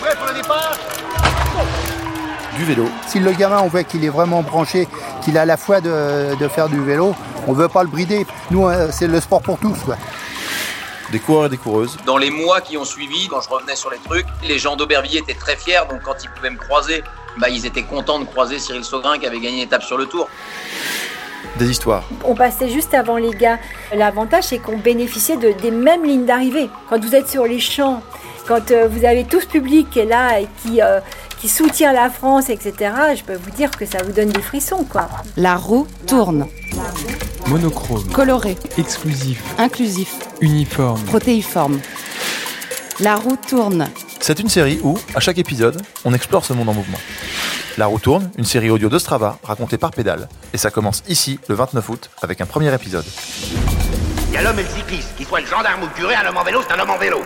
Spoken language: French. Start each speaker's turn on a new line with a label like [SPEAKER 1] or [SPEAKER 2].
[SPEAKER 1] prêt pour le départ
[SPEAKER 2] du vélo.
[SPEAKER 3] Si le gamin, on voit qu'il est vraiment branché, qu'il a la foi de, de faire du vélo, on ne veut pas le brider. Nous, euh, c'est le sport pour tous. Quoi.
[SPEAKER 2] Des coureurs et des coureuses.
[SPEAKER 4] Dans les mois qui ont suivi, quand je revenais sur les trucs, les gens d'Aubervilliers étaient très fiers. Donc quand ils pouvaient me croiser, bah, ils étaient contents de croiser Cyril Saugrin qui avait gagné l'étape sur le tour.
[SPEAKER 2] Des histoires.
[SPEAKER 5] On passait juste avant les gars. L'avantage, c'est qu'on bénéficiait de, des mêmes lignes d'arrivée. Quand vous êtes sur les champs, quand euh, vous avez tout ce public qui est là et qui, euh, qui soutient la France, etc., je peux vous dire que ça vous donne des frissons, quoi.
[SPEAKER 6] La roue tourne.
[SPEAKER 7] Monochrome.
[SPEAKER 6] Coloré.
[SPEAKER 7] Exclusif.
[SPEAKER 6] Inclusif.
[SPEAKER 7] Uniforme.
[SPEAKER 6] Protéiforme. La roue tourne.
[SPEAKER 2] C'est une série où, à chaque épisode, on explore ce monde en mouvement. La roue tourne, une série audio de Strava racontée par Pédale. Et ça commence ici, le 29 août, avec un premier épisode.
[SPEAKER 8] Il y a l'homme et le cycliste. Qu'il soit le gendarme ou le curé, un homme en vélo, c'est un homme en vélo.